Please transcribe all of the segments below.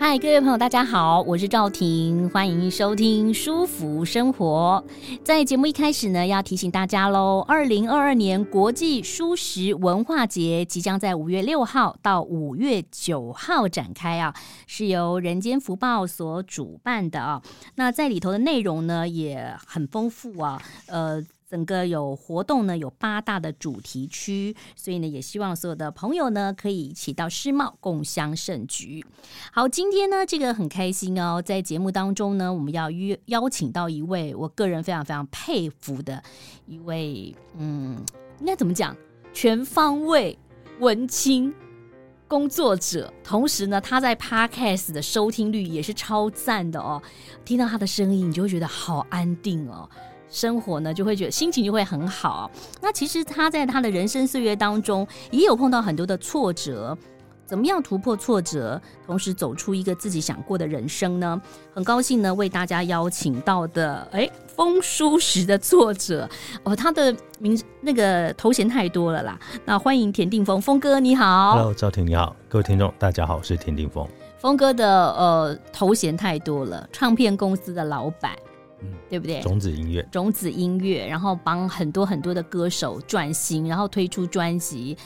嗨，各位朋友，大家好，我是赵婷，欢迎收听《舒服生活》。在节目一开始呢，要提醒大家喽，二零二二年国际舒适文化节即将在五月六号到五月九号展开啊，是由人间福报所主办的啊。那在里头的内容呢也很丰富啊，呃。整个有活动呢，有八大的主题区，所以呢，也希望所有的朋友呢，可以一起到世贸共襄盛举。好，今天呢，这个很开心哦，在节目当中呢，我们要约邀请到一位我个人非常非常佩服的一位，嗯，应该怎么讲，全方位文青。工作者，同时呢，他在 podcast 的收听率也是超赞的哦。听到他的声音，你就会觉得好安定哦。生活呢，就会觉得心情就会很好。哦那其实他在他的人生岁月当中，也有碰到很多的挫折，怎么样突破挫折，同时走出一个自己想过的人生呢？很高兴呢，为大家邀请到的，哎，风书石的作者哦，他的名那个头衔太多了啦。那欢迎田定峰，峰哥你好 Hello，赵婷你好，各位听众大家好，我是田定峰。峰哥的呃头衔太多了，唱片公司的老板，嗯对不对？种子音乐，种子音乐，然后帮很多很多的歌手转型，然后推出专辑，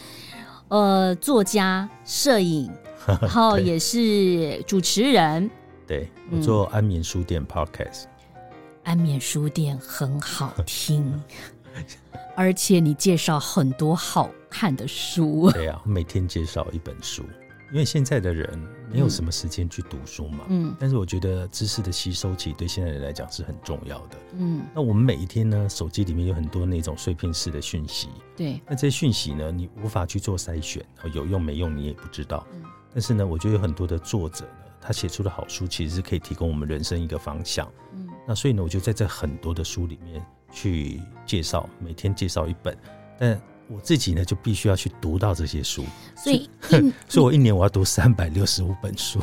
呃，作家、摄影， 然后对也是主持人。对嗯我做安眠书 店 Podcast，、安眠哎书店很好 听，而且你介绍很多好看的书。对啊，每天介绍一本书，因为现在的人没有什么时间去读书嘛。嗯但是我觉得知识的吸收其实对现在人来讲是很重要的。嗯，那我们每一天呢，手机里面有很多那种碎片式的讯息，对，那这些讯息呢，你无法去做筛选，哦有用没用你也不知道嗯。但是呢，我觉得有很多的作者呢，他写出的好书其实是可以提供我们人生一个方向。嗯那所以呢，我就在这很多的书里面去介绍，每天介绍一本，但我自己呢就必须要去读到这些书，所以所以我一年我要读三百六十五本书。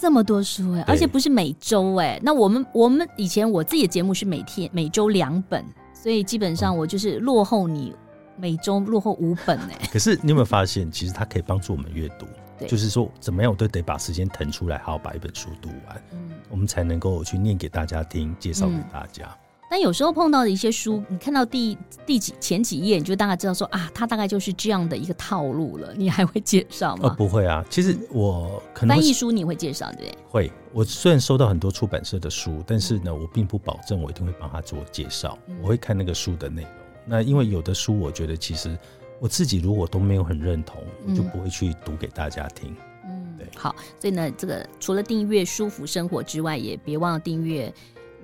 这么多书哎、对而且不是每周哎、那我们我们以前我自己的节目是每天每周两本，所以基本上我就是落后你每周落后五本哎、 可是你有没有发现，其实它可以帮助我们阅读对，就是说怎么样我都得把时间腾出来，好好把一本书读完，嗯，我们才能够去念给大家听，介绍给大家。但有时候碰到的一些书，你看到第第几前几页，你就大概知道说啊，它大概就是这样的一个套路了。你还会介绍哦，吗？不会啊，其实我可能翻会译书你会介绍对不对？会，我虽然收到很多出版社的书，但是呢，我并不保证我一定会帮他做介绍，嗯我会看那个书的内容。那因为有的书，我觉得其实我自己如果都没有很认同，我就嗯不会去读给大家听。嗯对，好，所以呢，这个除了订阅舒服生活之外，也别忘了订阅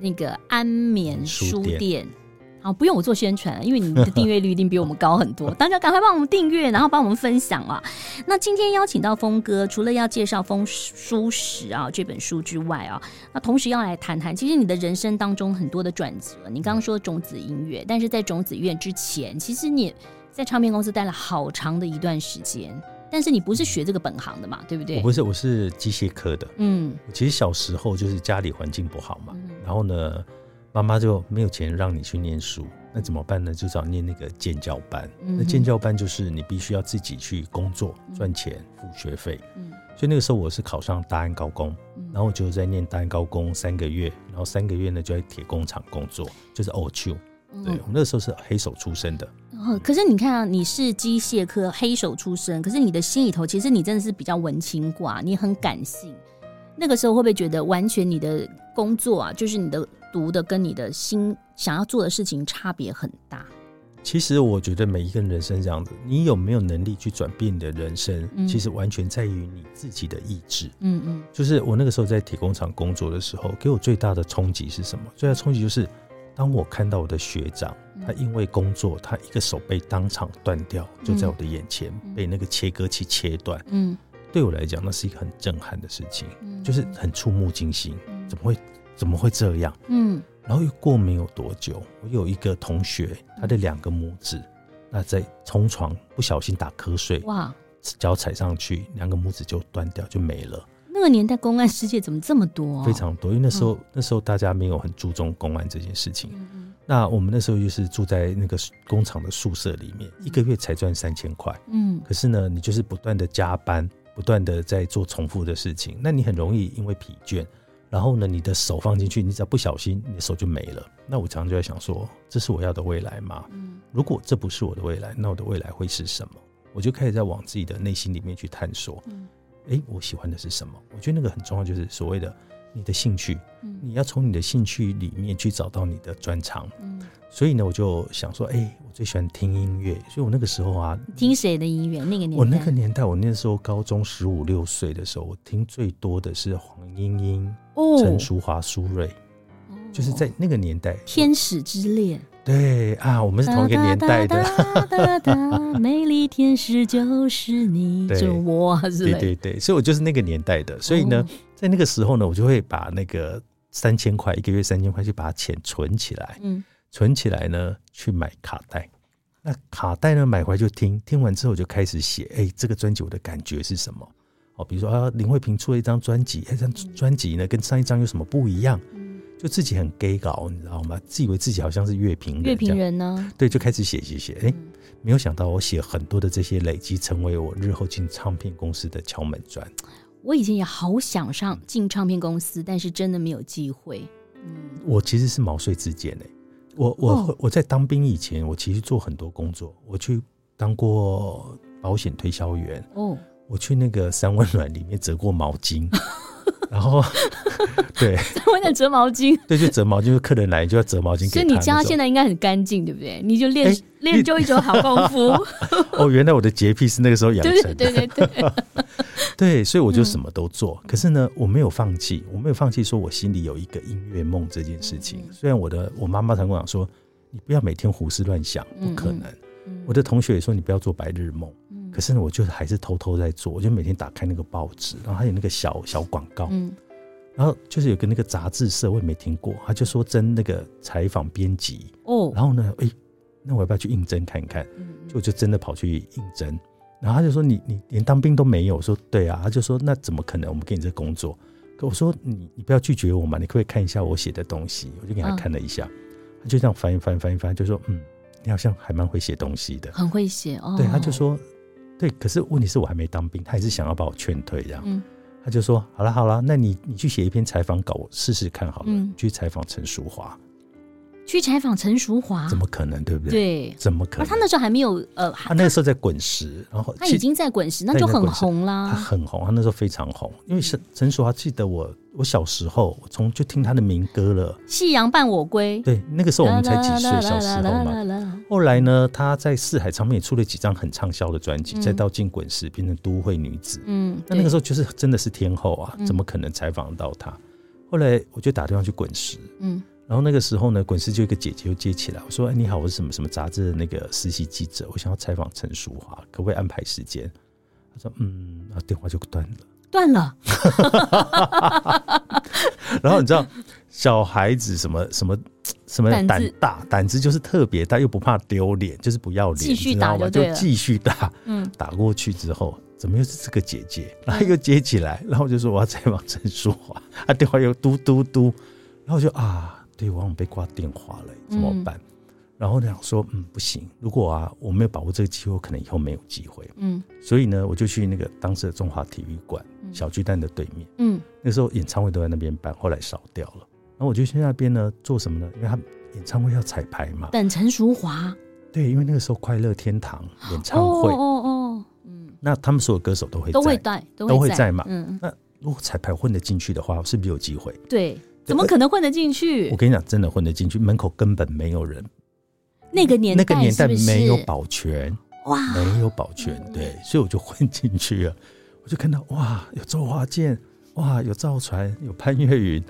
那个安眠书书店。店好，不用我做宣传，因为你的订阅率一定比我们高很 多。大家赶快帮我们订阅，然后帮我们分享啊！那今天邀请到峰哥，除了要介绍《风书史》啊这本书之外啊，那同时要来谈谈，其实你的人生当中很多的转折。你刚刚说种子音乐，但是在种子音乐之前，其实你也在唱片公司待了好长的一段时间，但是你不是学这个本行的嘛，对不对？我不是，我是机械科的。嗯我其实小时候就是家里环境不好嘛，嗯然后呢，妈妈就没有钱让你去念书，那怎么办呢？就找念那个建教班。嗯哼那建教班就是你必须要自己去工作赚钱付学费。嗯所以那个时候我是考上大安高工，然后我就在念大安高工三个月，然后三个月呢就在铁工厂工作，就是偶丘。对，嗯我那个时候是黑手出身的，哦可是你看啊，你是机械科黑手出身，可是你的心里头，其实你真的是比较文青挂，你很感性。那个时候会不会觉得完全你的工作啊，就是你的读的跟你的心想要做的事情差别很大？其实我觉得每一个人人生这样子，你有没有能力去转变你的人生，嗯其实完全在于你自己的意志。嗯嗯就是我那个时候在铁工厂工作的时候，给我最大的冲击是什么？最大的冲击就是，当我看到我的学长，嗯他因为工作，他一个手被当场断掉，就在我的眼前、嗯被那个切割器切断，嗯对我来讲，那是一个很震撼的事情，嗯就是很触目惊心，嗯怎么会怎么会这样？嗯然后又过没有多久，我有一个同学，他的两个拇指，那在冲床不小心打瞌睡，哇，脚踩上去，两个拇指就断掉，就没了，那个年代公安世界怎么这么多、啊非，常多。因为那时候、那时候大家没有很注重公安这件事情。嗯嗯那我们那时候就是住在那个工厂的宿舍里面，一个月才赚三千块，嗯，可是呢，你就是不断的加班，不断的在做重复的事情，那你很容易因为疲倦。然后呢，你的手放进去，你只要不小心，你的手就没了。那我常常就在想说，这是我要的未来吗？嗯如果这不是我的未来，那我的未来会是什么？我就开始在往自己的内心里面去探索。嗯诶，我喜欢的是什么？我觉得那个很重要，就是所谓的你的兴趣，嗯你要从你的兴趣里面去找到你的专长。嗯，所以呢，我就想说，诶，哎我最喜欢听音乐，所以我那个时候啊，听谁的音乐？那个年代，我那个年代，我那时候高中十五六岁的时候，我听最多的是黄莺莺、哦陈淑华、苏芮，就是在那个年代。天使之恋，对啊，我们是同一个年代的，哒哒哒哒哒美丽天使就是你， 对就我之类的。对对对，所以我就是那个年代的。所以哦呢，在那个时候呢，我就会把那个三千块一个月三千块去把钱存起来，嗯，存起来呢去买卡带。那卡带呢买回来就听，听完之后我就开始写，哎、这个专辑我的感觉是什么？哦，比如说啊，林慧萍出了一张专辑，哎、这张专辑呢跟上一张有什么不一样？就自己很 gay 搞，你知道吗？自以为自己好像是乐评人，乐评，人呢？对，就开始写写写，哎、嗯没有想到我写很多的这些累积，成为我日后进唱片公司的敲门砖。我以前也好想上进唱片公司，但是真的没有机会。嗯我其实是毛遂自荐诶、我我、哦我在当兵以前，我其实做很多工作，我去当过保险推销员， 哦，我去那个三温暖里面折过毛 巾，然后对我想折毛巾，对，就折毛巾，就客人来就要折毛巾给所以他那种。你家现在应该很干净，对不对？你就练哎 练就一手好功夫，哦，原来我的洁癖是那个时候 养对成的，对嗯对对对，对，所以我就什么都做。可是呢，我没有放弃，我没有放弃，说我心里有一个音乐梦这件事情。嗯虽然我的我妈妈常跟我讲说，你不要每天胡思乱想，不可能。嗯我的同学也说你不要做白日梦，嗯可是呢，我就还是偷偷在做，我就每天打开那个报纸，然后还有那个小小广告，嗯然后就是有个那个杂志社，我也没听过，他就说征那个采访编辑，哦，然后呢，诶，那我要不要去应征看看？嗯就我就真的跑去应征，然后他就说你你连当兵都没有，我说对啊，他就说那怎么可能？我们给你这工作，可我说你你不要拒绝我嘛，你可不可以看一下我写的东西？我就给他嗯看了一下，他就这样翻一翻翻一翻，就说嗯，你好像还蛮会写东西的，很会写哦。对，他就说对，可是问题是我还没当兵，他还是想要把我劝退这样，嗯他就说好啦好啦，那你你去写一篇采访稿，我试试看好了，嗯去采访陈淑华，去采访陈淑华，怎么可能对不对？啊对？怎么而可能？他那时候还没有呃，他还那个时候在滚石，然后他其已实经在啊滚石，那在就那很滚石红他啦。很红，他那时候非常红，因嗯为陈陈淑华记得我，我小时候我从就听他的民歌了。夕阳伴我归，对，那个时候我们才几岁，嗯啦小时候啦啦啦啦嘛。啦啦后来呢，他在四海唱片也出了几张很畅销的专辑，嗯再到进滚石变成都会女子。嗯，那那个时候，候就是真的是天后啊，嗯怎么可能采访到她？后来我就打电话去滚石，嗯然后那个时候呢，滚石就有一个姐姐就接起来，我说：“哎，你好，我是什么什么杂志的那个实习记者，我想要采访陈淑华，可不可以安排时间？”她说：“嗯。”然后电话就断了。断了，然后你知道，小孩子什么什么什么胆胆子大，胆子就是特别大，又不怕丢脸，就是不要脸，继续你知打道就吗？对就了继续打，嗯，打过去之后，怎么又是这个姐姐？然后又接起来，然后我就说我要采访陈淑华，啊，电话又嘟嘟嘟，然后我就啊，对，我好像被挂电话了，怎么嗯办？然后呢，想说，嗯，不行，如果啊我没有把握这个机会，我可能以后没有机会。嗯所以呢，我就去那个当时的中华体育馆小巨蛋的对面。嗯那时候演唱会都在那边办，后来烧掉了。然后我就去那边呢做什么呢？因为他们演唱会要彩排嘛，等陈淑华对，因为那个时候快乐天堂演唱哦会，哦哦，嗯，那他们所有歌手都会都会在带，都会会在嘛嗯，如果彩排混得进去的话，是不是有机会？对，怎么可能混得进去我？跟你讲，真的混得进去，门口根本没有人，那个年那个年是代不是没有保全，哇，没有保全， 对，所以我就混进去了。我就看到哇，有周华健，哇，有赵传，有潘越云，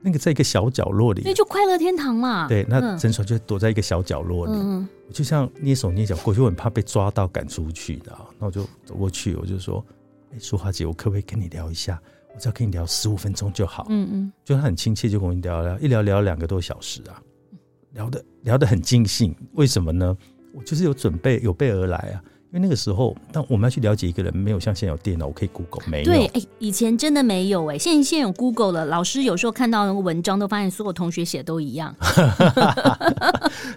那个在一个小角落里那，就快乐天堂嘛。对，那嗯陈爽就躲在一个小角落里，嗯我就像捏手捏脚过去，我很怕被抓到赶出去的、啊。那我就走过去，我就说：“哎、淑华姐，我可不可以跟你聊一下？我只要跟你聊十五分钟就好。嗯嗯就她很亲切，就跟我聊聊，一聊聊两个多小时啊，聊的聊得很尽兴。为什么呢？我就是有准备，有备而来啊。因为那个时候，当我们要去了解一个人，没有像现在有电脑，我可以 Google，没有。对，哎、以前真的没有哎、现在现在有 Google 了，老师有时候看到那个文章，都发现所有同学写都一样。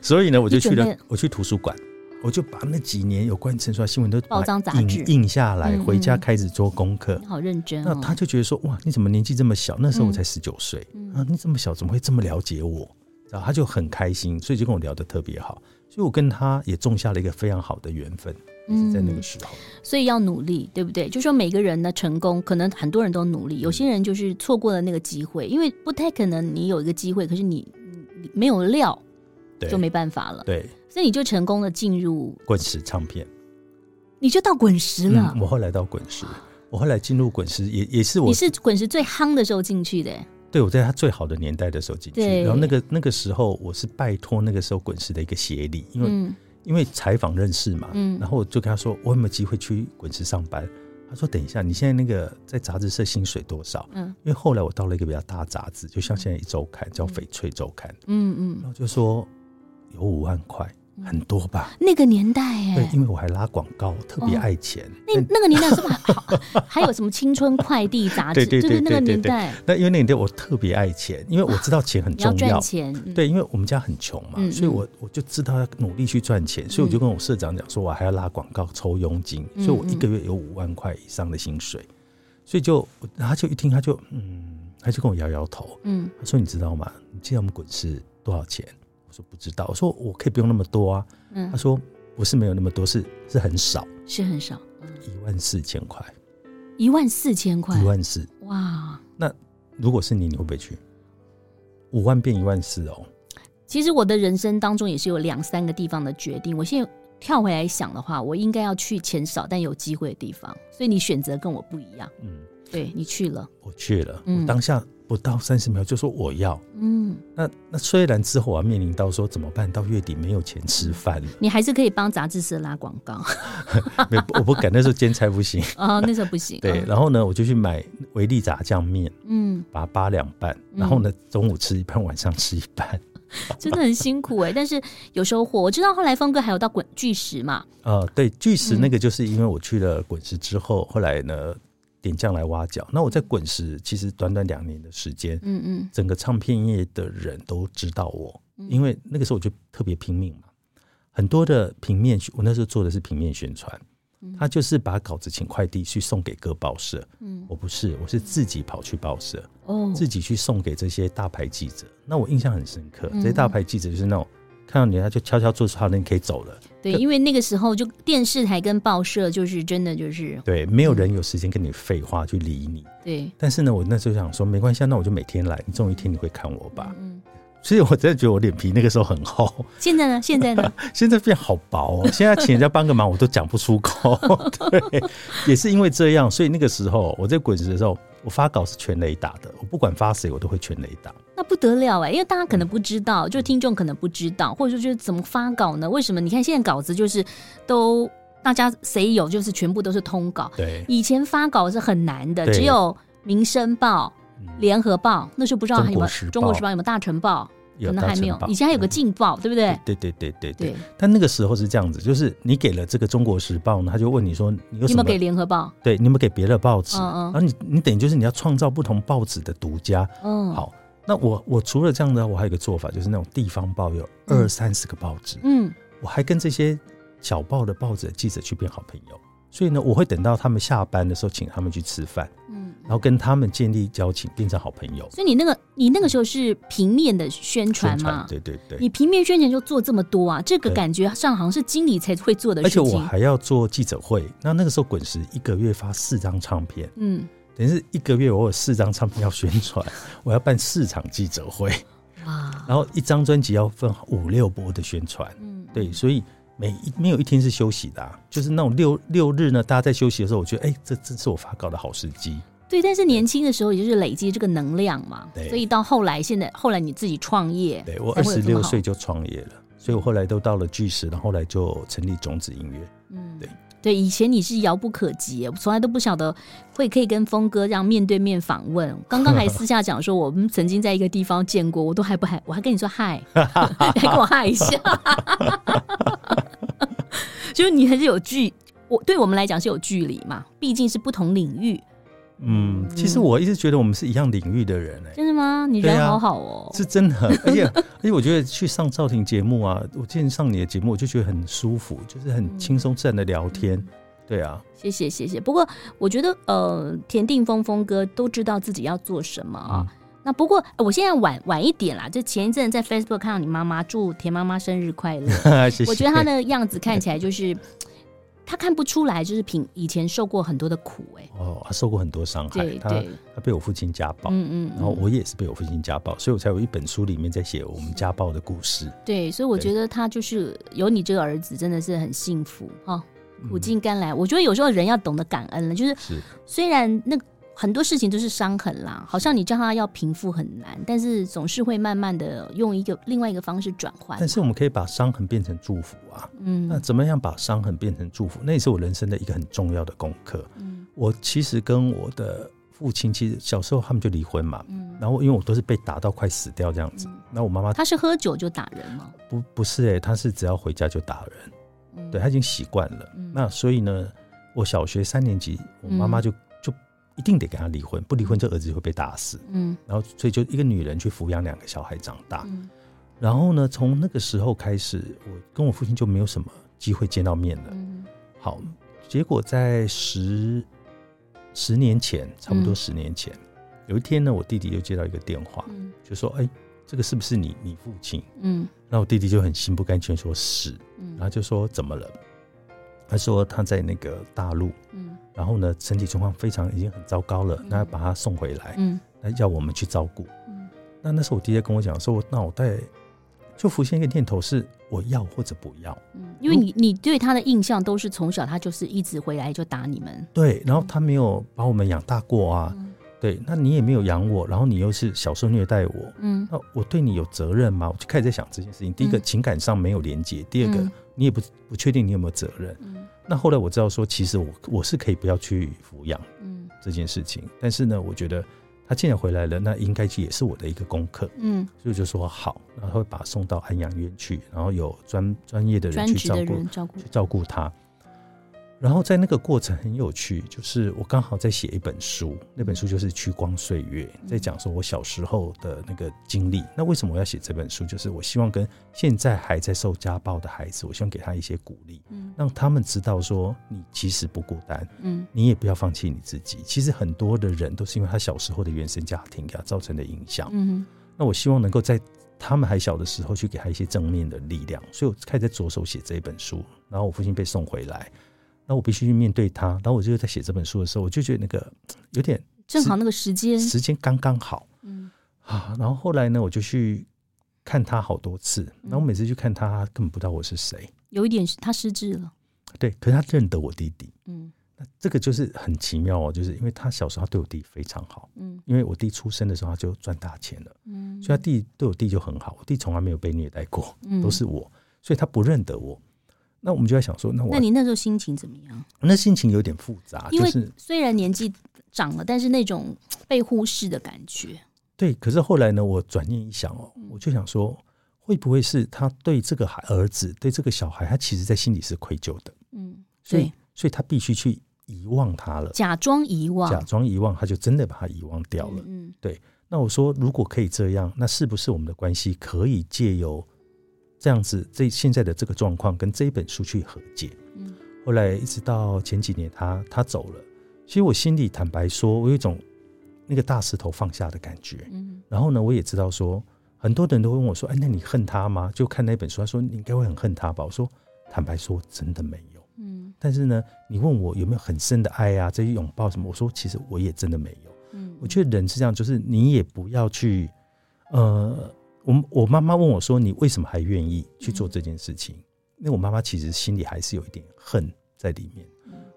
所以呢，我就去你了准备，我去图书馆，我就把那几年有关陈述的新闻都把报章杂印志印下来，嗯回家嗯开始做功课。你好认真那哦。他就觉得说，哇，你怎么年纪这么小？那时候嗯我才十九岁嗯啊，你这么小怎么会这么了解我？然后他就很开心，所以就跟我聊得特别好，所以我跟他也种下了一个非常好的缘分，也是在那个时候。所以要努力，对不对？就说每个人的成功，可能很多人都努嗯力，有些人就是错过了那个机会，因为不太可能你有一个机会，可是你你没有料就对没办法了，对，所以你就成功的进入，滚石唱片，嗯你就到滚石了。我后来到滚石，我后来进入滚石也也是我你是滚石最夯的时候进去的，欸对我在他最好的年代的时候进去，对然后那个那个时候我是拜托那个时候滚石的一个协理，因为、嗯因为采访认识嘛，嗯然后我就跟他说我有没有机会去滚石上班，他说等一下，你现在那个在杂志社薪水多少？嗯因为后来我到了一个比较大的杂志，就像现在一周刊叫《翡翠周刊》，嗯嗯，然后就说有五万块，很多吧？那个年代对，哎，因为我还拉广告，特别哦爱钱。那那个年代是不是还好还有什么青春快递杂志？对对就是对那个对对年代，那因为那年代我特别爱钱，因为我知道钱很你要重赚钱，嗯，对，因为我们家很穷嘛，嗯所以我我就知道要努力去赚钱，所以我就跟我社长讲说，我还要拉广告抽佣金，嗯所以我一个月有五万块以上的薪水，所以就我他就一听他就嗯，他就跟我摇摇头，嗯他说你知道吗？你记得我们滚石多少钱？我说不知道，我说我可以不用那么多啊，他嗯，说不是没有那么多，是是很少，是很少，一万四千块，一万四千块一，万四，哇。如果是你，你会不会去？五万变一万四哦，其实我的人生当中也是有两三个地方的决定。我现在跳回来想的话，我应该要去钱少但有机会的地方。所以你选择跟我不一样，嗯，对你去了，我去了，嗯我当下不到三十秒就说我要。嗯，那那虽然之后我要面临到说怎么办，到月底没有钱吃饭，你还是可以帮杂志社拉广 告没有我不敢，那时候兼差不行。哦，那时候不行，对，然后呢，我就去买维力炸酱面，嗯，把它扒两半，嗯然后呢，中午吃一半，晚上吃一半。真的很辛苦哎、但是有收获。我知道后来峰哥还有到滚巨石嘛，呃，对，巨石那个就是因为我去了滚石之后，后来呢，点将来挖角。那我在滚石其实短短两年的时间，嗯嗯，整个唱片业的人都知道我，嗯因为那个时候我就特别拼命嘛，很多的平面宣，我那时候做的是平面宣传嗯，他就是把稿子请快递去送给各报社，嗯我不是，我是自己跑去报社，哦，自己去送给这些大牌记者。那我印象很深刻，嗯这些大牌记者就是那种看到你，他就悄悄做出好，那你可以走了，对，因为那个时候就电视台跟报社就是真的就是对，没有人有时间跟你废话去理你。对，但是呢，我那时候想说，没关系啊，那我就每天来，你总有一天你会看我吧。嗯，嗯所以我真的觉得我脸皮那个时候很厚，现在呢？现在呢？现在变好薄 哦，现在请人家帮个忙我都讲不出口。对，也是因为这样，所以那个时候我在滚石的时候，我发稿是全雷打的，我不管发谁，我都会全雷打。那不得了哎、因为大家可嗯能不知道，就听众可能不知道，或者说就是怎么发稿呢？为什么？你看现在稿子就是都大家谁有就是全部都是通稿，对，以前发稿是很难的，对只有《民生报》《嗯联合报》，那时候不知道还有没有中国时报中国时报》有没有《大成报》，可能还没有大成，报以前还有个《劲报》，对不对嗯？对对对对对对，但那个时候是这样子，就是你给了这个《中国时报》呢，他就问你说你有你什有没么？有给《联合报对，你有没有给别的报纸？嗯嗯然后你你等于就是你要创造不同报纸的独家。》？嗯，，好，那我我除了这样的，我还有一个做法，就是那种地方报有嗯二三十个报纸，嗯，我还跟这些小报的报纸的记者去变好朋友。所以呢，我会等到他们下班的时候，请他们去吃饭，嗯然后跟他们建立交情，变成好朋友。所以你那个你那个时候是平面的宣传宣嘛传，？对对对。你平面宣传就做这么多啊，这个对感觉上好像是经理才会做的而事且情。我还要做记者会，那那个时候滚石一个月发四张唱片，嗯，等于是一个月我有四张唱片要宣传， 我要办四场记者会，哇，然后一张专辑要分五六波的宣传，嗯，对，所以每一没有一天是休息的、啊，就是那种六六日呢，大家在休息的时候，我觉得哎、这这是我发稿的好时机，对，但是年轻的时候也就是累积这个能量嘛，对所以到后来现在后来你自己创业，对我才二会有十这么六好岁，就创业了，所以我后来都到了巨石，然后后来就成立种子音乐，嗯对对，以前你是遥不可及耶，我从来都不晓得会可以跟峰哥这样面对面访 问。刚刚还私下讲说我们曾经在一个地方 见过，我都还不还，我还跟你说嗨，你还跟我嗨一下。就是你还是有距，我对我们来讲是有距离嘛，毕竟是不同领域。嗯，其实我一直觉得我们是一样领域的人哎、真的吗？你对人啊好好哦、是 真的，而且而且我觉得去上赵婷节目啊，我之前上你的节目，我就觉得很舒服，就是很轻松自然的聊天。嗯对啊， 谢谢谢谢。不过我觉得呃，田定峰峰哥都知道自己要做什么嗯啊。那不过呃我现在晚晚一点啦，就前一阵在 Facebook 看到你妈妈祝田妈妈生日快乐，谢谢。我觉得她的样子看起来就是，她看不出来就是平以前受过很多的苦哎、 哦，他受过很多伤害对，他对，他被我父亲家暴，嗯嗯，哎然后我也是被我父亲家暴，所以我才有一本书里面在写我们家暴的故事。对，所以我对觉得他就是有你这个儿子真的是很幸福哈，嗯苦尽甘来。我觉得有时候人要懂得感恩了，就是是，虽然那很多事情都是伤痕啦，好像你叫他要平复很难，但是总是会慢慢的用一个另外一个方式转换但。是我们可以把伤痕变成祝福啊。那嗯怎么样把伤痕变成祝福？那也是我人生的一个很重要的功课。嗯我其实跟我的父亲，其实小时候他们就离婚嘛，嗯，然后因为我都是被打到快死掉这样子嗯。那我妈妈他是喝酒就打人吗？不不是哎、欸，她是只要回家就打人，嗯对她已经习惯了。嗯那所以呢，我小学三年级，我妈妈就、就一定得跟她离婚，不离婚这儿子就会被打死。嗯然后所以就一个女人去抚养两个小孩长大。嗯然后呢，从那个时候开始，我跟我父亲就没有什么机会见到面了。嗯好，结果在十十年前，差不多嗯十年前，有一天呢，我弟弟就接到一个电话，嗯就说：“哎、这个是不是你你父亲嗯？”那我弟弟就很心不甘情，说是，然后嗯就说：“怎么了？”他说他在那个大陆，嗯然后呢，身体状况非常已经很糟糕了，嗯那要把他送回来，嗯那要我们去照顾。嗯那那时候我弟弟跟我讲说，我脑袋就浮现一个念头是我要或者不要。嗯，因为你你对他的印象都是从小他就是一直回来就打你们。对，然后他没有把我们养大过啊，嗯对，那你也没有养我，然后你又是小时候虐待我，嗯那我对你有责任吗？我就开始在想这件事情。第一个，嗯情感上没有连接；第二个，嗯你也不不确定你有没有责任。嗯那后来我知道说，其实我我是可以不要去抚养嗯这件事情，但是呢，我觉得他既然回来了，那应该也是我的一个功课，嗯，所以我就说好，然后会把他送到安养院去，然后有专专业的人专去职照的顾人照顾去。照顾他。然后在那个过程很有趣，就是我刚好在写一本书，那本书就是《趋光岁月》，在讲说我小时候的那个经历。那为什么我要写这本书？就是我希望跟现在还在受家暴的孩子，我希望给他一些鼓励，嗯让他们知道说你其实不孤单，嗯你也不要放弃你自己。其实很多的人都是因为他小时候的原生家庭给他造成的影响。嗯那我希望能够在他们还小的时候去给他一些正面的力量，所以我开始在着手写这一本书。然后我父亲被送回来，那我必须去面对他。然后我就在写这本书的时候，我就觉得那个嘖有点正好那个时间，时间刚刚好嗯啊。然后后来呢，我就去看他好多次，嗯然后每次去看他，他根本不知道我是谁。有一点是他失智了，对，可是他认得我弟弟，嗯这个就是很奇妙哦，就是因为他小时候他对我弟非常好，嗯因为我弟出生的时候他就赚大钱了，嗯，所以他弟对我弟就很好，我弟从来没有被虐待过。嗯都是我，所以他不认得我。那我们就在想说，那我那你那时候心情怎么样？那心情有点复杂，因就为是虽然年纪长了，但是那种被忽视的感觉，对。可是后来呢，我转念一想哦，我就想说，会不会是他对这个孩儿子，对这个小孩，他其实在心里是愧疚的，嗯，所以对，所以他必须去遗忘他了，假装遗忘，呃假装遗忘，他就真的把他遗忘掉了。嗯，那我说，如果可以这样，那是不是我们的关系可以借由这样子，这现在的这个状况跟这一本书去和解？嗯后来一直到前几年他，他走了，其实我心里坦白说，我有一种那个大石头放下的感觉。嗯然后呢，我也知道说，很多人都会问我说：“哎，那你恨他吗？”就看那本书，他说：“你应该会很恨他吧？”我说：“坦白说，真的没有。嗯但是呢，你问我有没有很深的爱啊，这些拥抱什么？我说其实我也真的没有。”嗯，我觉得人是这样，就是你也不要去，呃，我我妈妈问我说，你为什么还愿意去做这件事情？那我妈妈其实心里还是有一点恨在里面。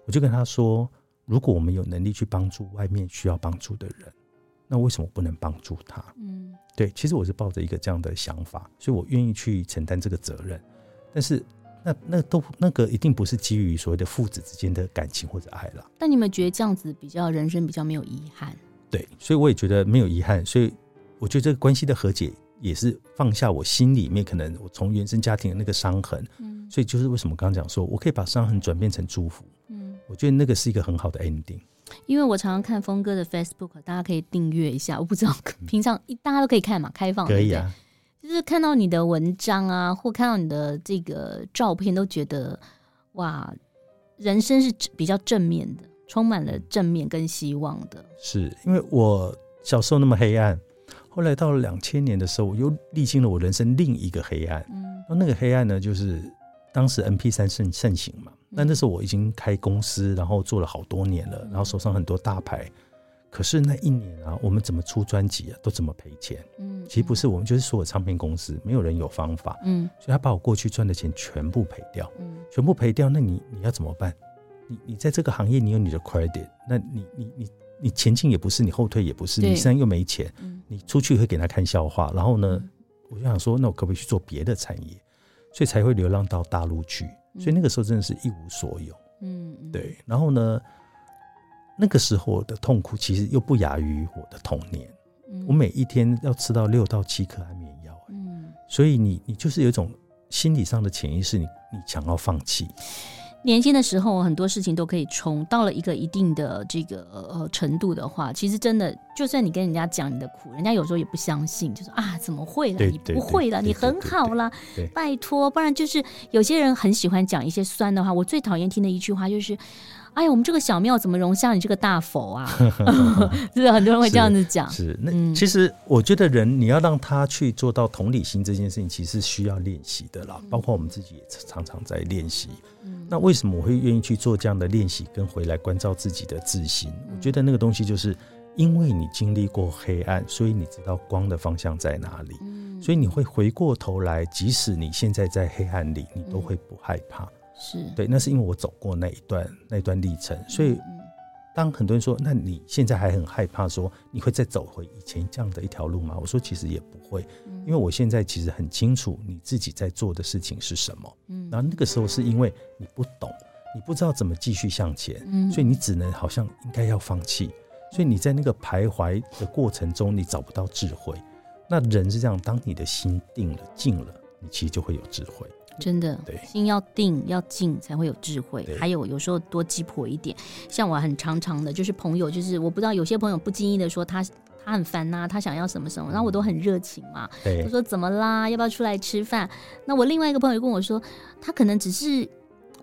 我就跟她说，如果我们有能力去帮助外面需要帮助的人，那为什么不能帮助他？嗯对，其实我是抱着一个这样的想法，所以我愿意去承担这个责任。但是那那都那个一定不是基于所谓的父子之间的感情或者爱啦。但你们觉得这样子比较人生比较没有遗憾？对，所以我也觉得没有遗憾，所以我觉得这个关系的和解也是放下我心里面可能我从原生家庭的那个伤痕，嗯所以就是为什么刚刚讲说，我可以把伤痕转变成祝福，嗯，我觉得那个是一个很好的 ending。因为我常常看峰哥的 Facebook，大家可以订阅一下。我不知道平常大家都可以看嘛，开放嗯可以，嗯啊，对不对就是看到你的文章啊，或看到你的这个照片，都觉得哇，人生是比较正面的，充满了正面跟希望的。是因为我小时候那么黑暗，后来到了两千年的时候，我又历经了我人生另一个黑暗。嗯然后那个黑暗呢，就是当时 MP 三盛盛行嘛，那那时候我已经开公司，然后做了好多年了，然后手上很多大牌。可是那一年啊，我们怎么出专辑啊，都怎么赔钱。嗯，其实不是我们，就是所有唱片公司，没有人有方法，嗯，所以他把我过去赚的钱全部赔掉，嗯全部赔掉。那你你要怎么办？你你在这个行业，你有你的 credit，那你你你你前进也不是，你后退也不是，对你身上又没钱，嗯你出去会给他看笑话。然后呢，我就想说，那我可不可以去做别的产业？所以才会流浪到大陆去。嗯所以那个时候真的是一无所有。嗯，嗯，对，然后呢，那个时候我的痛苦其实又不亚于我的童年。嗯我每一天要吃到六到七颗安眠药、欸嗯，所以你你就是有一种心理上的潜意识，你你想要放弃。年轻的时候很多事情都可以冲，到了一个一定的这个呃程度的话，其实真的，就算你跟人家讲你的苦，人家有时候也不相信，就说啊怎么会啦？对你对不会啦，对你很好啦对对对，拜托，不然就是有些人很喜欢讲一些酸的话，我最讨厌听的一句话就是。哎呀，我们这个小庙怎么容下你这个大佛啊？ 是不是很多人会这样子讲？是，那嗯其实我觉得人你要让他去做到同理心这件事情，其实是需要练习的啦。包括我们自己也常常在练习。那为什么我会愿意去做这样的练习，跟回来关照自己的自信？我觉得那个东西就是因为你经历过黑暗，所以你知道光的方向在哪里。嗯所以你会回过头来，即使你现在在黑暗里，你都会不害怕。是，对，那是因为我走过那一段那一段历程，所嗯以当很多人说，那你现在还很害怕说你会再走回以前这样的一条路吗？我说其实也不会，因为我现在其实很清楚你自己在做的事情是什么。嗯然后那个时候是因为你不懂，你不知道怎么继续向前，嗯所以你只能好像应该要放弃。所以你在那个徘徊的过程中，你找不到智慧。那人是这样，当你的心定了、静了，你其实就会有智慧。真的，对心要定要静才会有智慧。对还有有时候多鸡婆一点，像我很常常的，就是朋友，就是我不知道有些朋友不经意的说他他很烦呐、他想要什么什么，然后我都很热情嘛，嗯对我，说怎么啦，要不要出来吃饭？那我另外一个朋友跟我说，他可能只是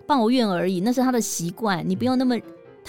抱怨而已，那是他的习惯，嗯你不用那么。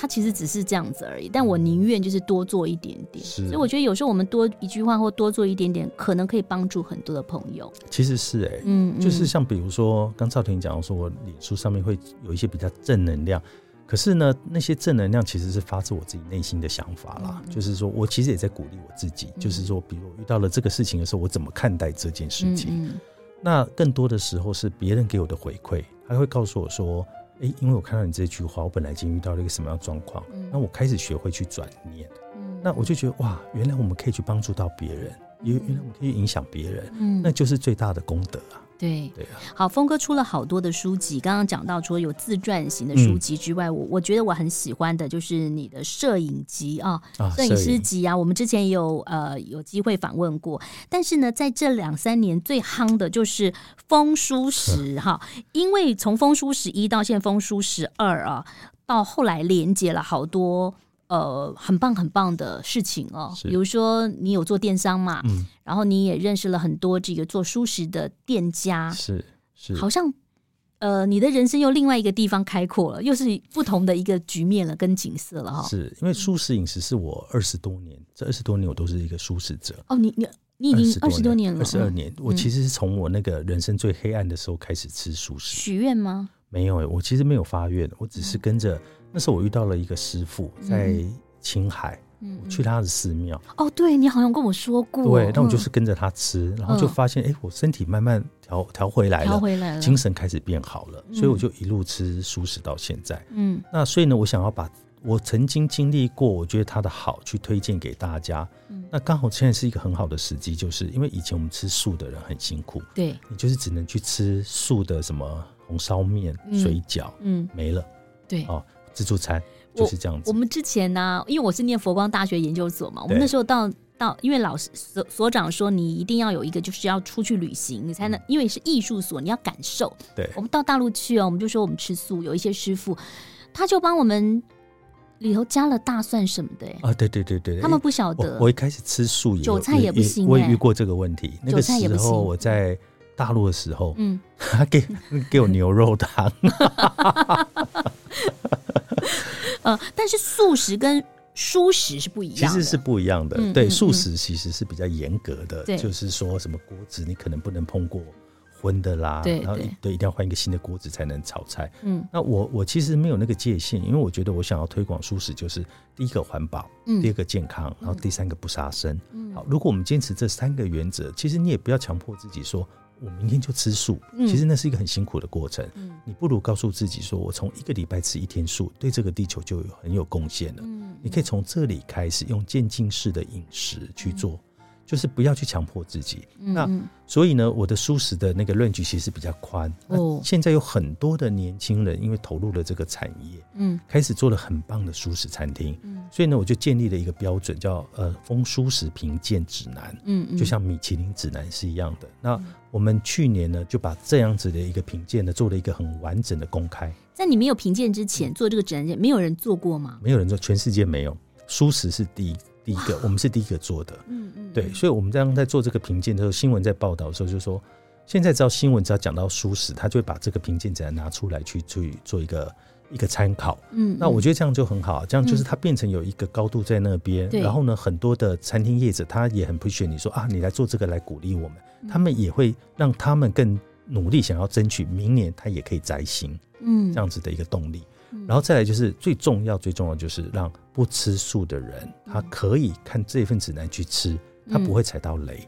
他其实只是这样子而已，但我宁愿就是多做一点点，是所以我觉得有时候我们多一句话或多做一点点，可能可以帮助很多的朋友。其实是哎、嗯，嗯就是像比如说，刚赵婷讲说，我脸书上面会有一些比较正能量，可是呢，那些正能量其实是发自我自己内心的想法啦。嗯就是说我其实也在鼓励我自己，就是说，比如我遇到了这个事情的时候，我怎么看待这件事情？嗯嗯那更多的时候是别人给我的回馈，他会告诉我说。诶，因为我看到你这句话，我本来已经遇到了一个什么样的状况，那我开始学会去转念，嗯那我就觉得哇，原来我们可以去帮助到别人，原原来我们可以影响别人，嗯那就是最大的功德啊。对对啊，好，峰哥出了好多的书籍，刚刚讲到除了有自传型的书籍之外，我我觉得我很喜欢的就是你的摄影集啊，啊，摄影摄师集啊，我们之前也有呃有机会访问过。但是呢，在这两三年最夯的就是风书 十哈，因为从风书十一到现在风书十二啊，到后来连接了好多。呃，很棒很棒的事情哦，是比如说你有做电商嘛，嗯然后你也认识了很多这个做舒适的店家，是是，好像呃，你的人生又另外一个地方开阔了，又是不同的一个局面了，跟景色了哈。是因为素食饮食是我二十多年，这二十多年我都是一个素食者。哦，你你你已经二十多年了，二十二嗯年。我其实是从我那个人生最黑暗的时候开始吃素食，许愿吗？没有哎、我其实没有发愿，我只是嗯跟着那时候我遇到了一个师傅在青海，嗯我去他的寺庙，哦，对你好像跟我说过，对，那我嗯就是跟着他吃，然后就嗯发现哎、我身体慢慢调调回来调了，回来了，精神开始变好了，所以嗯我就一路吃素食到现在。嗯那所以呢，我想要把我曾经经历过，我觉得它的好去推荐给大家。嗯那刚好现在是一个很好的时机，就是因为以前我们吃素的人很辛苦，对，你就是只能去吃素的什么红烧面、嗯水饺，嗯没了对。哦，自助餐就是这样我子。们之前呢、因为我是念佛光大学研究所嘛，我们对那时候到到，因为老师所所长说，你一定要有一个就是要出去旅行，你才能，因为是艺术所，你要感受。对我们到大陆去哦，我们就说我们吃素，有一些师傅他就帮我们里头加了大蒜什么的，哎啊，对对对对，他们不晓得我我一开始吃素也有韭菜也不行我也欸遇过这个问题。那韭个菜也时不候行我在大陆的时候，嗯，他给 给我牛肉汤，呃，但是素食跟蔬食是不一其样的，实是不一样的。嗯嗯对，嗯素食其实是比较严格的，对就是说什么锅子你可能不能碰过荤的啦，对然后对一对一定要换一个新的锅子才能炒菜。嗯那我我其实没有那个界限，因为我觉得我想要推广素食，就是第一个环保，嗯第二个健康，然后第三个不杀生。嗯好，如果我们坚持这三个原则，其实你也不要强迫自己说。我明天就吃素，嗯其实那是一个很辛苦的过程。嗯你不如告诉自己说，我从一个礼拜吃一天素，对这个地球就有很有贡献了。嗯你可以从这里开始，用渐进式的饮食去做，就是不要去强迫自己。那嗯所以呢，我的素食的那个 range 其实比较宽。哦那现在有很多的年轻人因为投入了这个产业，嗯开始做了很棒的素食餐厅。嗯所以呢，我就建立了一个标准，叫呃“风舒食评鉴指南”。嗯，就像米其林指南是一样的。那我们去年呢，就把这样子的一个评鉴呢，做了一个很完整的公开，在你没有评鉴之嗯前做这个指南，没有人做过吗？没有人说全世界没有，舒适是第一第一个，我们是第一个做的。嗯嗯，对，所以我们这样在做这个评鉴的时候，新闻在报道的时候就说，现在只要新闻只要讲到舒适，他就会把这个评鉴指南拿出来去去做一个一个参考。嗯，那我觉得这样就很好，这样就是它变成有一个高度在那边，对然后呢，很多的餐厅业者他也很 appreciate 你说啊，你来做这个来鼓励我们，嗯他们也会让他们更努力，想要争取明年他也可以摘星嗯这样子的一个动力。嗯然后再来就是最重要，最重要就是让不吃素的人嗯他可以看这份指南去吃，他不会踩到雷，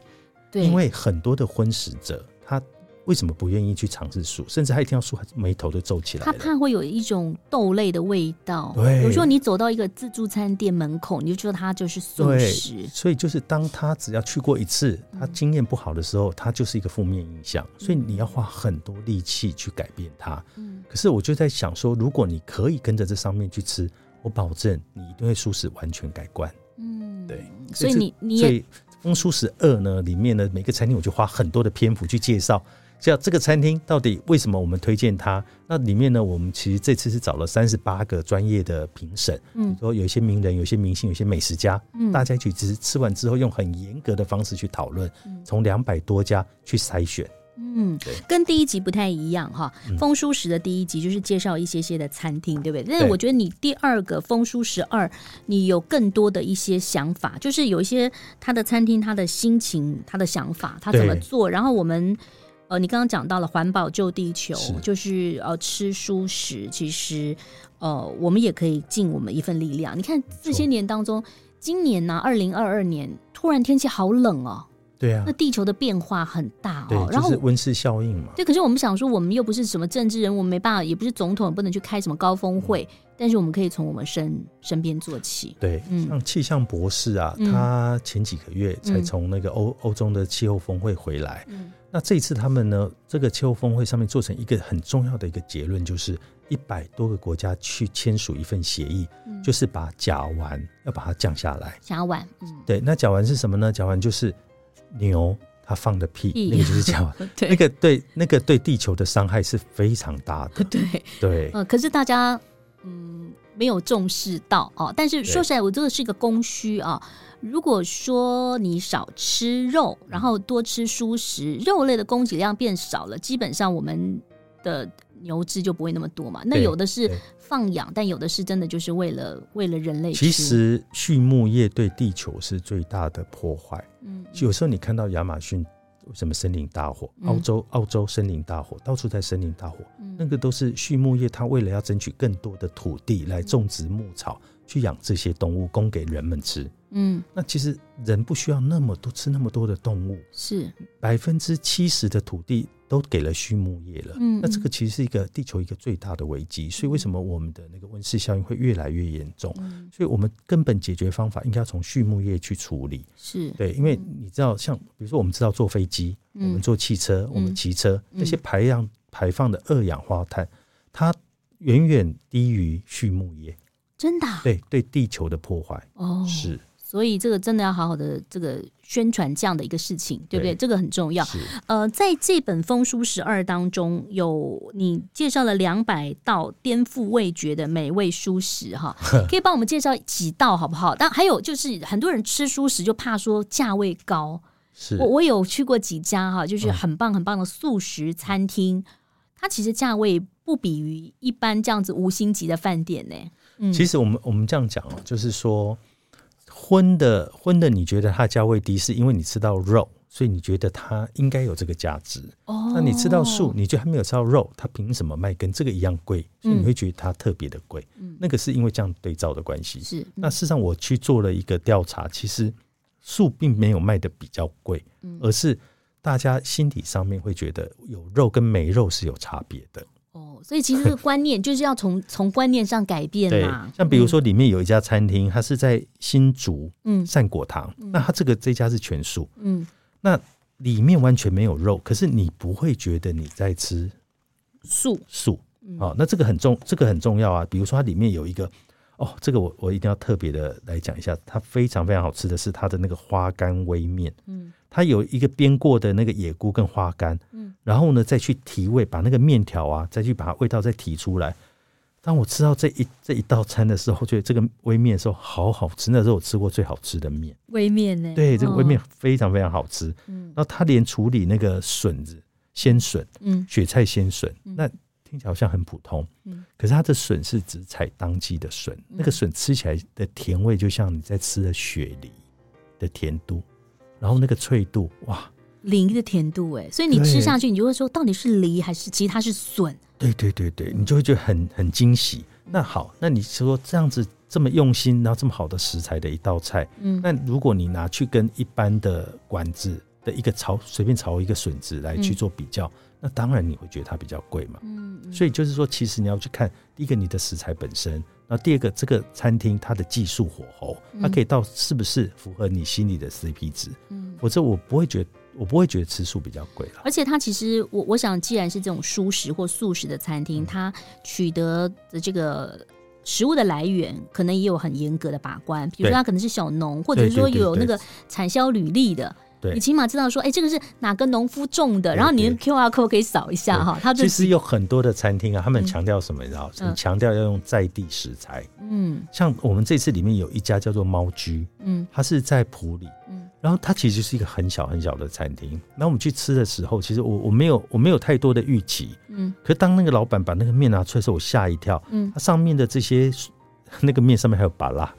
对，因为很多的荤食者他。为什么不愿意去尝试素？甚至他一听到素，他眉头都皱起来他了。怕会有一种豆类的味道。对有时候你走到一个自助餐店门口，你就知道它就是素对，食。所以就是当他只要去过一次，嗯他经验不好的时候，他就是一个负面影响。所以你要花很多力气去改变他。嗯可是我就在想说，如果你可以跟着这上面去吃，我保证你一定会舒适完全改观。嗯，对，所以这你你所也以《风舒适二》呢，里面呢每个餐厅我就花很多的篇幅去介绍，像这个餐厅到底为什么我们推荐它。那里面呢，我们其实这次是找了三十八个专业的评审，嗯说有一些名人、有一些明星、有一些美食家，嗯大家一起吃吃完之后，用很严格的方式去讨论，从两百多家去筛选。嗯对，跟第一集不太一样哈。嗯风书食的第一集就是介绍一些些的餐厅，对不对？但是对我觉得你第二个风书十二，你有更多的一些想法，就是有一些他的餐厅、他的心情、他的想法，他怎么对做。然后我们呃，你刚刚讲到了环保救地球，是就是呃吃蔬食，其实呃我们也可以尽我们一份力量。你看这些年当中，今年呢、2二零二二年突然天气好冷哦，对啊那，地球的变化很大对哦，，然就后是。温室效应嘛。对，可是我们想说，我们又不是什么政治人物，我们没办法，也不是总统，不能去开什么高峰会，嗯但是我们可以从我们身身边做起。对，嗯像气象博士啊，嗯他前几个月才嗯从那个欧欧洲的气候峰会回来，嗯那这一次他们呢，这个气候峰会上面做成一个很重要的一个结论，就是一百多个国家去签署一份协议，嗯就是把甲烷要把它降下来。甲烷，嗯，对，那甲烷是什么呢？甲烷就是牛它放的屁，屁那个就是甲烷。 对那个 对那个对地球的伤害是非常大的。 对，对，呃，可是大家嗯没有重视到哦。但是说实在，我这个是一个供需啊。如果说你少吃肉，然后多吃蔬食，肉类的供给量变少了，基本上我们的牛只就不会那么多嘛。那对有的是对放养，但有的是真的就是为了为了人类吃。其实畜牧业对地球是最大的破坏。嗯，有时候你看到亚马逊为什么森林大火，嗯澳洲澳洲森林大火，到处在森林大火，嗯那个都是畜牧业，它为了要争取更多的土地来种植牧草，去养这些动物，供给人们吃。嗯那其实人不需要那么多吃那么多的动物，是百分之七十的土地都给了畜牧业了。嗯那这个其实是一个地球一个最大的危机，所以为什么我们的那个温室效应会越来越严重？嗯所以我们根本解决方法应该要从畜牧业去处理。是对，因为你知道，像比如说我们知道坐飞机，嗯我们坐汽车，我们骑车，那些排氧排放的二氧化碳，它远远低于畜牧业，真的啊对对地球的破坏哦，是。所以这个真的要好好的这个宣传这样的一个事情，对不对？对这个很重要。是呃，在这本《风书十二》当中，有你介绍了两百道颠覆味觉的美味蔬食 哈，可以帮我们介绍几道好不好？但还有就是，很多人吃蔬食就怕说价位高，是嗯我我有去过几家哈，就是很棒很棒的素食餐厅，它其实价位不比于一般这样子五星级的饭店呢、其实我们我们这样讲哦，就是说荤的荤的，你觉得它价位低，是因为你吃到肉，所以你觉得它应该有这个价值。哦，那你吃到素，你就还没有吃到肉，它凭什么卖跟这个一样贵？嗯所以你会觉得它特别的贵。那个是因为这样对照的关系。是那事实上，我去做了一个调查，其实素并没有卖的比较贵，嗯而是大家心理上面会觉得有肉跟没肉是有差别的。哦，所以其实这个观念就是要从从观念上改变对啦，。像比如说里面有一家餐厅，它是在新竹嗯善果堂，那它这个这家是全素，嗯，那里面完全没有肉，可是你不会觉得你在吃素素，哦，那这个很重，这个很重要啊。比如说它里面有一个。哦，这个我我一定要特别的来讲一下，它非常非常好吃的是它的那个花干微面，嗯，它有一个煸过的那个野菇跟花干，嗯，然后呢再去提味，把那个面条啊再去把它味道再提出来。当我吃到这一这一道餐的时候，觉得这个微面的时候好好吃，那是我吃过最好吃的面。微面呢？对，这个哦微面非常非常好吃。然后它连处理那个笋子、鲜笋、嗯雪菜鲜笋，那听起来好像很普通，可是它的笋是只采当季的笋，那个笋吃起来的甜味就像你在吃的雪梨的甜度，然后那个脆度，哇，梨的甜度哎，所以你对吃下去，你就会说到底是梨还是其实它是笋，对对对对，你就会觉得很很惊喜。那好，那你说这样子这么用心，然后这么好的食材的一道菜，嗯那如果你拿去跟一般的馆子的一个炒随便炒一个笋子来去做比较，那当然你会觉得它比较贵嘛。嗯，所以就是说，其实你要去看第一个你的食材本身，然后第二个这个餐厅它的技术火候，它可以到是不是符合你心里的 CP 值？嗯，否则我不会觉得我不会觉得吃素比较贵了。而且它其实我我想，既然是这种蔬食或素食的餐嗯厅，它取得的这个。食物的来源可能也有很严格的把关，比如说对它可能是小农，或者是对说对对有那对个产销履历的，对你起码知道说，哎、这个是哪个农夫种的，对然后你的对 QR code 可以扫一下对哈，它这其实有很多的餐厅啊，他们强调什么？你知道，嗯很强调要用在地食材。嗯像我们这次里面有一家叫做猫居，嗯它是在普里，嗯然后它其实是一个很小很小的餐厅。然后我们去吃的时候，其实我我没有我没有太多的预期，嗯可当那个老板把那个面拿出来的时候，我吓一跳，嗯它上面的这些 那个面上面还有巴拉，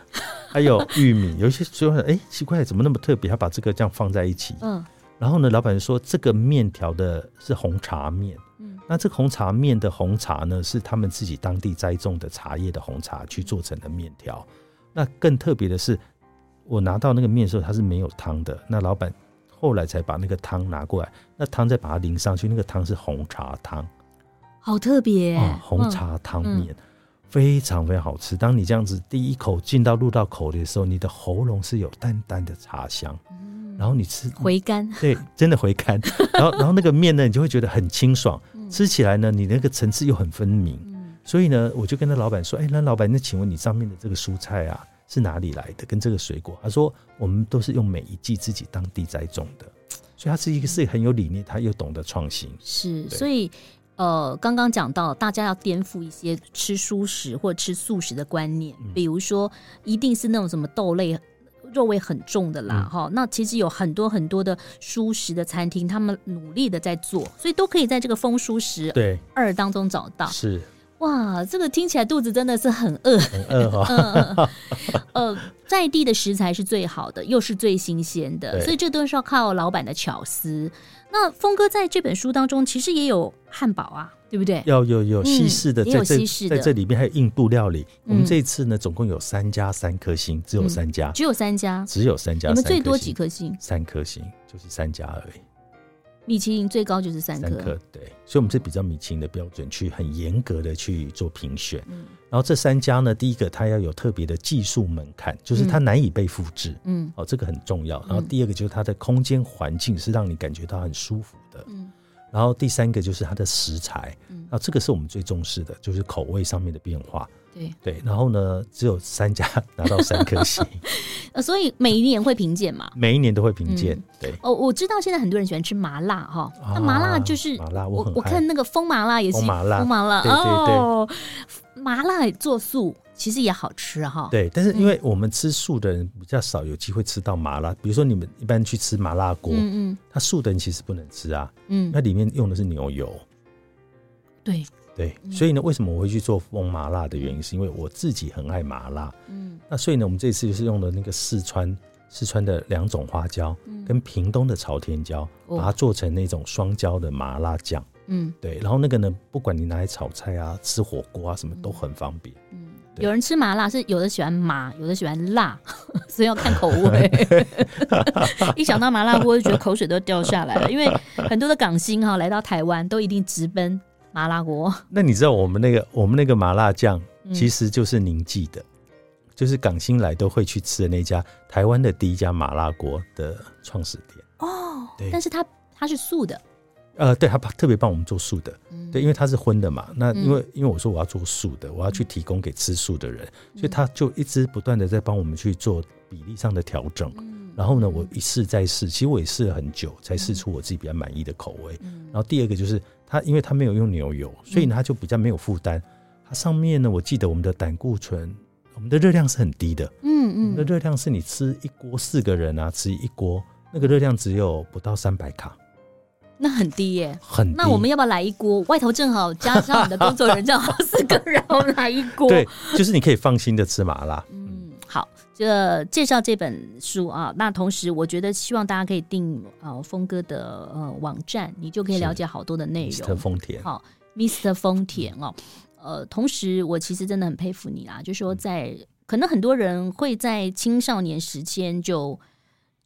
还有玉米，有一些所以哎奇怪怎么那么特别，他把这个这样放在一起，嗯然后呢，老板说这个面条的是红茶面，嗯那这个红茶面的红茶呢，是他们自己当地栽种的茶叶的红茶去做成的面条。那更特别的是，我拿到那个面的时候，它是没有汤的。那老板后来才把那个汤拿过来，那汤再把它淋上去，那个汤是红茶汤好特别、啊、红嗯茶汤面。非常非常好吃。当你这样子第一口进到入到口里的时候，你的喉咙是有淡淡的茶香，嗯然后你吃回甘， 对，真的回甘。 然后，然后那个面呢，你就会觉得很清爽，嗯吃起来呢，你那个层次又很分明。所以呢，我就跟那老板说：“哎，那老板，那请问你上面的这个蔬菜啊，是哪里来的？跟这个水果？”他说：“我们都是用每一季自己当地栽种的。”所以他是一个是很有理念，他又懂得创新。是，对所以呃，刚刚讲到大家要颠覆一些吃蔬食或吃素食的观念，嗯比如说一定是那种什么豆类。肉味很重的嗯啦，哈、那其实有很多很多的蔬食的餐厅，他们努力的在做，所以都可以在这个风蔬食对，二当中找到。是哇，这个听起来肚子真的是很饿，很饿哦 哈、嗯 呃，在地的食材是最好的，又是最新鲜的，对所以这都是要靠老板的巧思。那峰哥在这本书当中，其实也有汉堡啊，对不对？要有有西嗯式的，也在有这西式在的这里面还有印度料理。我们嗯这一次呢，总共有三家三颗星，只有三家，只有三家，只有三家。你们三最颗多星几颗星？三颗星，就是三家而已。米其林最高就是三颗。三颗，对，所以我们是比较米其林的标准去很严格的去做评选。嗯然后这三家呢，第一个它要有特别的技术门槛，就是它难以被复制，嗯哦，这个很重要。然后第二个就是它的空间环境是让你感觉到很舒服的。嗯然后第三个就是它的食材，嗯那这个是我们最重视的，就是口味上面的变化。对，对，然后呢，只有三家 拿到三颗星，呃，所以每一年会评鉴嘛。每一年都会评鉴。嗯对，哦，我知道现在很多人喜欢吃麻辣哈，那啊麻辣就是麻辣我我很我爱看那个风麻辣也是风麻辣风麻辣对对对哦，麻辣做素其实也好吃哈。对，但嗯是因为我们吃素的人比较少有机会吃到麻辣，比如说你们一般去吃麻辣锅，嗯它素的人其实不能吃啊，嗯那嗯，里面用的是牛油。对，对，嗯所以呢，为什么我会去做风麻辣的原因，是因为我自己很爱麻辣。嗯那所以呢，我们这次就是用了那个四川四川的两种花椒，嗯跟屏东的朝天椒，哦把它做成那种双椒的麻辣酱。嗯对，然后那个呢，不管你拿来炒菜啊、吃火锅啊，什么都很方便。嗯，对有人吃麻辣是有的喜欢麻，有的喜欢辣， 所以要看口味。 一想到麻辣锅，就觉得口水都掉下来了，因为很多的港星哈来到台湾都一定直奔麻辣锅。那你知道我们那个我们那个麻辣酱嗯其实就是宁记的，就是港星来都会去吃的那家台湾的第一家麻辣锅的创始店。哦对但是它它是素的，呃，对，他特别帮我们做素的，嗯对，因为它是荤的嘛。那嗯因为、因为我说我要做素的，我要去提供给吃素的人，嗯所以他就一直不断的在帮我们去做比例上的调整。嗯然后呢，我一试再试，其实我也试了很久，才试出我自己比较满意的口味。嗯然后第二个就是它，因为它没有用牛油，所以呢它就比较没有负担。它上面呢，我记得我们的胆固醇，我们的热量是很低的。我嗯们的嗯，热量是你吃一锅四个人啊，吃一锅，那个热量只有不到三百卡，那很低耶。很低。那我们要不要来一锅？外头正好加上我们的工作人员，正好四个人，我们来一锅。对，就是你可以放心的吃麻辣。嗯，嗯，好，这介绍这本书啊，那同时我觉得希望大家可以订呃峰哥的呃网站，你就可以了解好多的内是容。丰田，好，Mr. 丰田哦，呃，同时我其实真的很佩服你啦，就说在可能很多人会在青少年时间就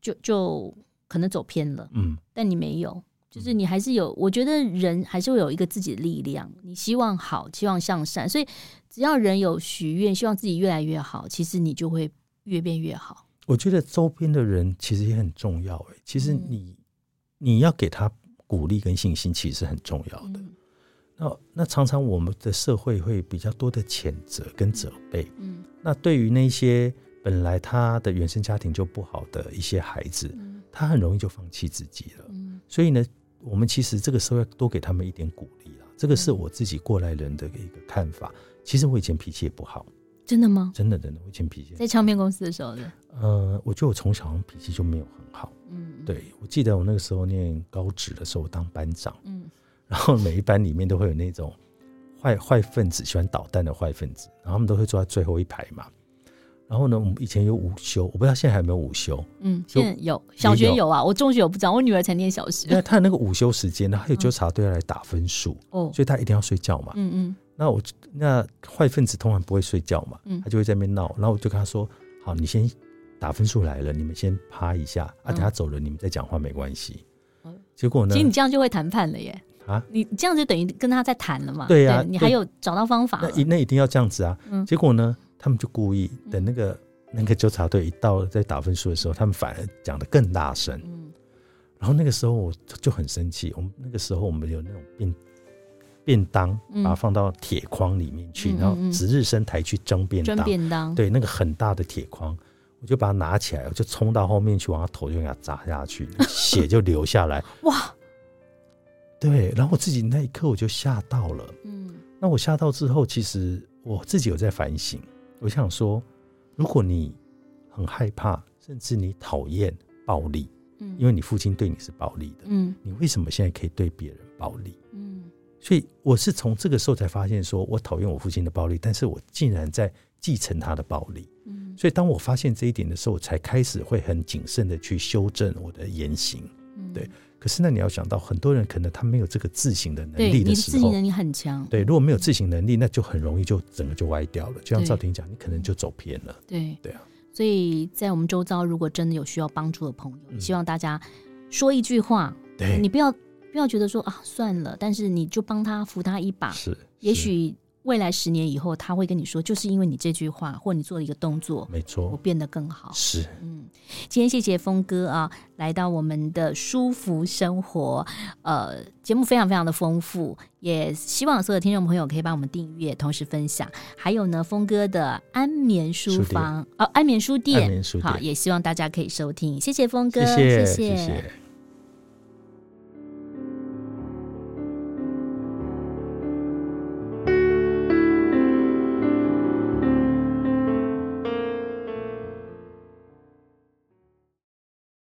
就就可能走偏了，嗯，但你没有。就是你还是有，我觉得人还是会有一个自己的力量。你希望好，希望向善，所以只要人有许愿，希望自己越来越好，其实你就会越变越好。我觉得周边的人其实也很重要、嗯欸。其实你、你要给他鼓励跟信心，其实很重要的。嗯那那常常我们的社会会比较多的谴责跟责备。嗯那对于那些本来他的原生家庭就不好的一些孩子，嗯他很容易就放弃自己了。嗯所以呢，我们其实这个时候要多给他们一点鼓励啦。这个是嗯我自己过来人的一个看法。其实我以前脾气也不好，真的吗？真的真的，我以前脾气，在唱片公司的时候 的，呃，我觉得我从小好像脾气就没有很好。嗯，，对，我记得我那个时候念高职的时候，我当班长， 嗯然后每一班里面都会有那种坏坏分子，喜欢捣蛋的坏分子，然后他们都会坐在最后一排嘛。然后呢，我们以前有午休，我不知道现在还有没有午休。嗯，就现在有小学也有有啊，我中学有不知道，我女儿才念小学那他那个午休时间呢，还有纠察队要来打分数，哦，所以他一定要睡觉嘛。嗯嗯那我就那坏分子通常不会睡觉嘛，嗯他就会在那边闹，然后我就跟他说：“好，你先打分数来了，你们先趴一下啊，嗯等他走了你们再讲话没关系。嗯结果呢其实？你这样就会谈判了耶，啊，你你这样就等于跟他在谈了嘛，对呀你对还有找到方法那了，一那一定要这样子啊！啊嗯结果呢，他们就故意等那个那个纠察队一到在打分数的时候，他们反而讲得更大声。嗯然后那个时候我就就很生气，我们那个时候我们有那种便便当，嗯把它放到铁框里面去，嗯嗯然后嗯值日生抬去蒸便蒸当。便当，对，那个很大的铁框，我就把它拿起来，我就冲到后面去，往他头就给他砸下去，血就流下来。哇，对，然后我自己那一刻我就吓到了。嗯那我吓到之后，其实我自己有在反省，我想说，如果你很害怕，甚至你讨厌暴力，嗯，因为你父亲对你是暴力的，嗯你为什么现在可以对别人暴力？嗯所以我是从这个时候才发现说我讨厌我父亲的暴力，但是我竟然在继承他的暴力。嗯。所以当我发现这一点的时候，我才开始会很谨慎的去修正我的言行。嗯对可是呢，你要想到，很多人可能他没有这个自省的能对，力你的自时己嗯候，能力很强，对，如果没有自省能力，那就很容易就整个就歪掉了。就像对赵婷讲，你可能就走偏了。对对啊，所以在我们周遭，如果真的有需要帮助的朋友，嗯哎希望大家说一句话，对，你不要不要觉得说啊算了，但是你就帮他扶他一把，是，也是许未来十年以后，他会跟你说，就是因为你这句话或你做了一个动作，没我错，变得更好。是嗯，今天谢谢峰哥啊，来到我们的舒服生活，呃，节目非常非常的丰富，也希望所有听众朋友可以帮我们订阅，同时分享。还有呢，峰哥的安眠书书店房哦，安眠书店，安眠书好，店，也希望大家可以收听。谢谢峰哥，谢谢谢谢。